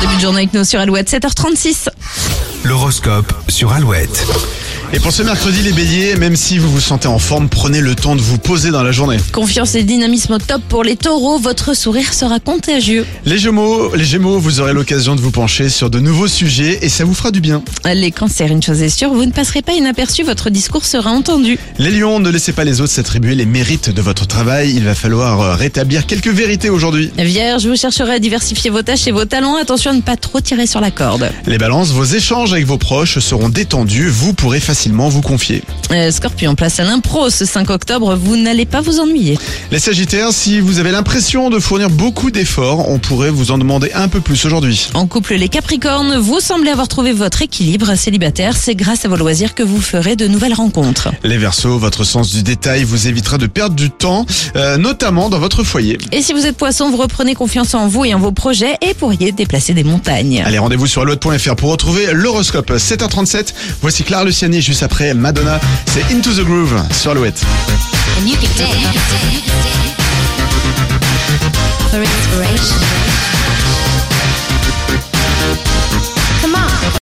début de journée avec nous sur Alouette, 7h36. L'horoscope sur Alouette. Et pour ce mercredi, les béliers, même si vous vous sentez en forme, prenez le temps de vous poser dans la journée. Confiance et dynamisme au top pour les taureaux, votre sourire sera contagieux. Les gémeaux, les gémeaux, vous aurez l'occasion de vous pencher sur de nouveaux sujets et ça vous fera du bien. Les cancers, une chose est sûre, vous ne passerez pas inaperçu, votre discours sera entendu. Les lions, ne laissez pas les autres s'attribuer les mérites de votre travail. Il va falloir euh, rétablir quelques vérités aujourd'hui. Vierge, vous chercherez à diversifier vos tâches et vos talents, attention à ne pas trop tirer sur la corde. Les balances, vos échanges avec vos proches seront détendus. Vous pourrez facilement vous confier. Euh, scorpion, place à l'impro ce 5 octobre, vous n'allez pas vous ennuyer. Les sagittaires, si vous avez l'impression de fournir beaucoup d'efforts, on pourrait vous en demander un peu plus aujourd'hui. En couple, les capricornes, vous semblez avoir trouvé votre équilibre célibataire, c'est grâce à vos loisirs que vous ferez de nouvelles rencontres. Les versos, votre sens du détail vous évitera de perdre du temps, euh, notamment dans votre foyer. Et si vous êtes poisson, vous reprenez confiance en vous et en vos projets et pourriez déplacer des montagnes. Allez, rendez-vous sur alouette.fr pour retrouver l'horoscope 7h37. Voici Claire Luciani juste après Madonna. C'est Into the Groove sur Alouette. and you can dance for inspiration.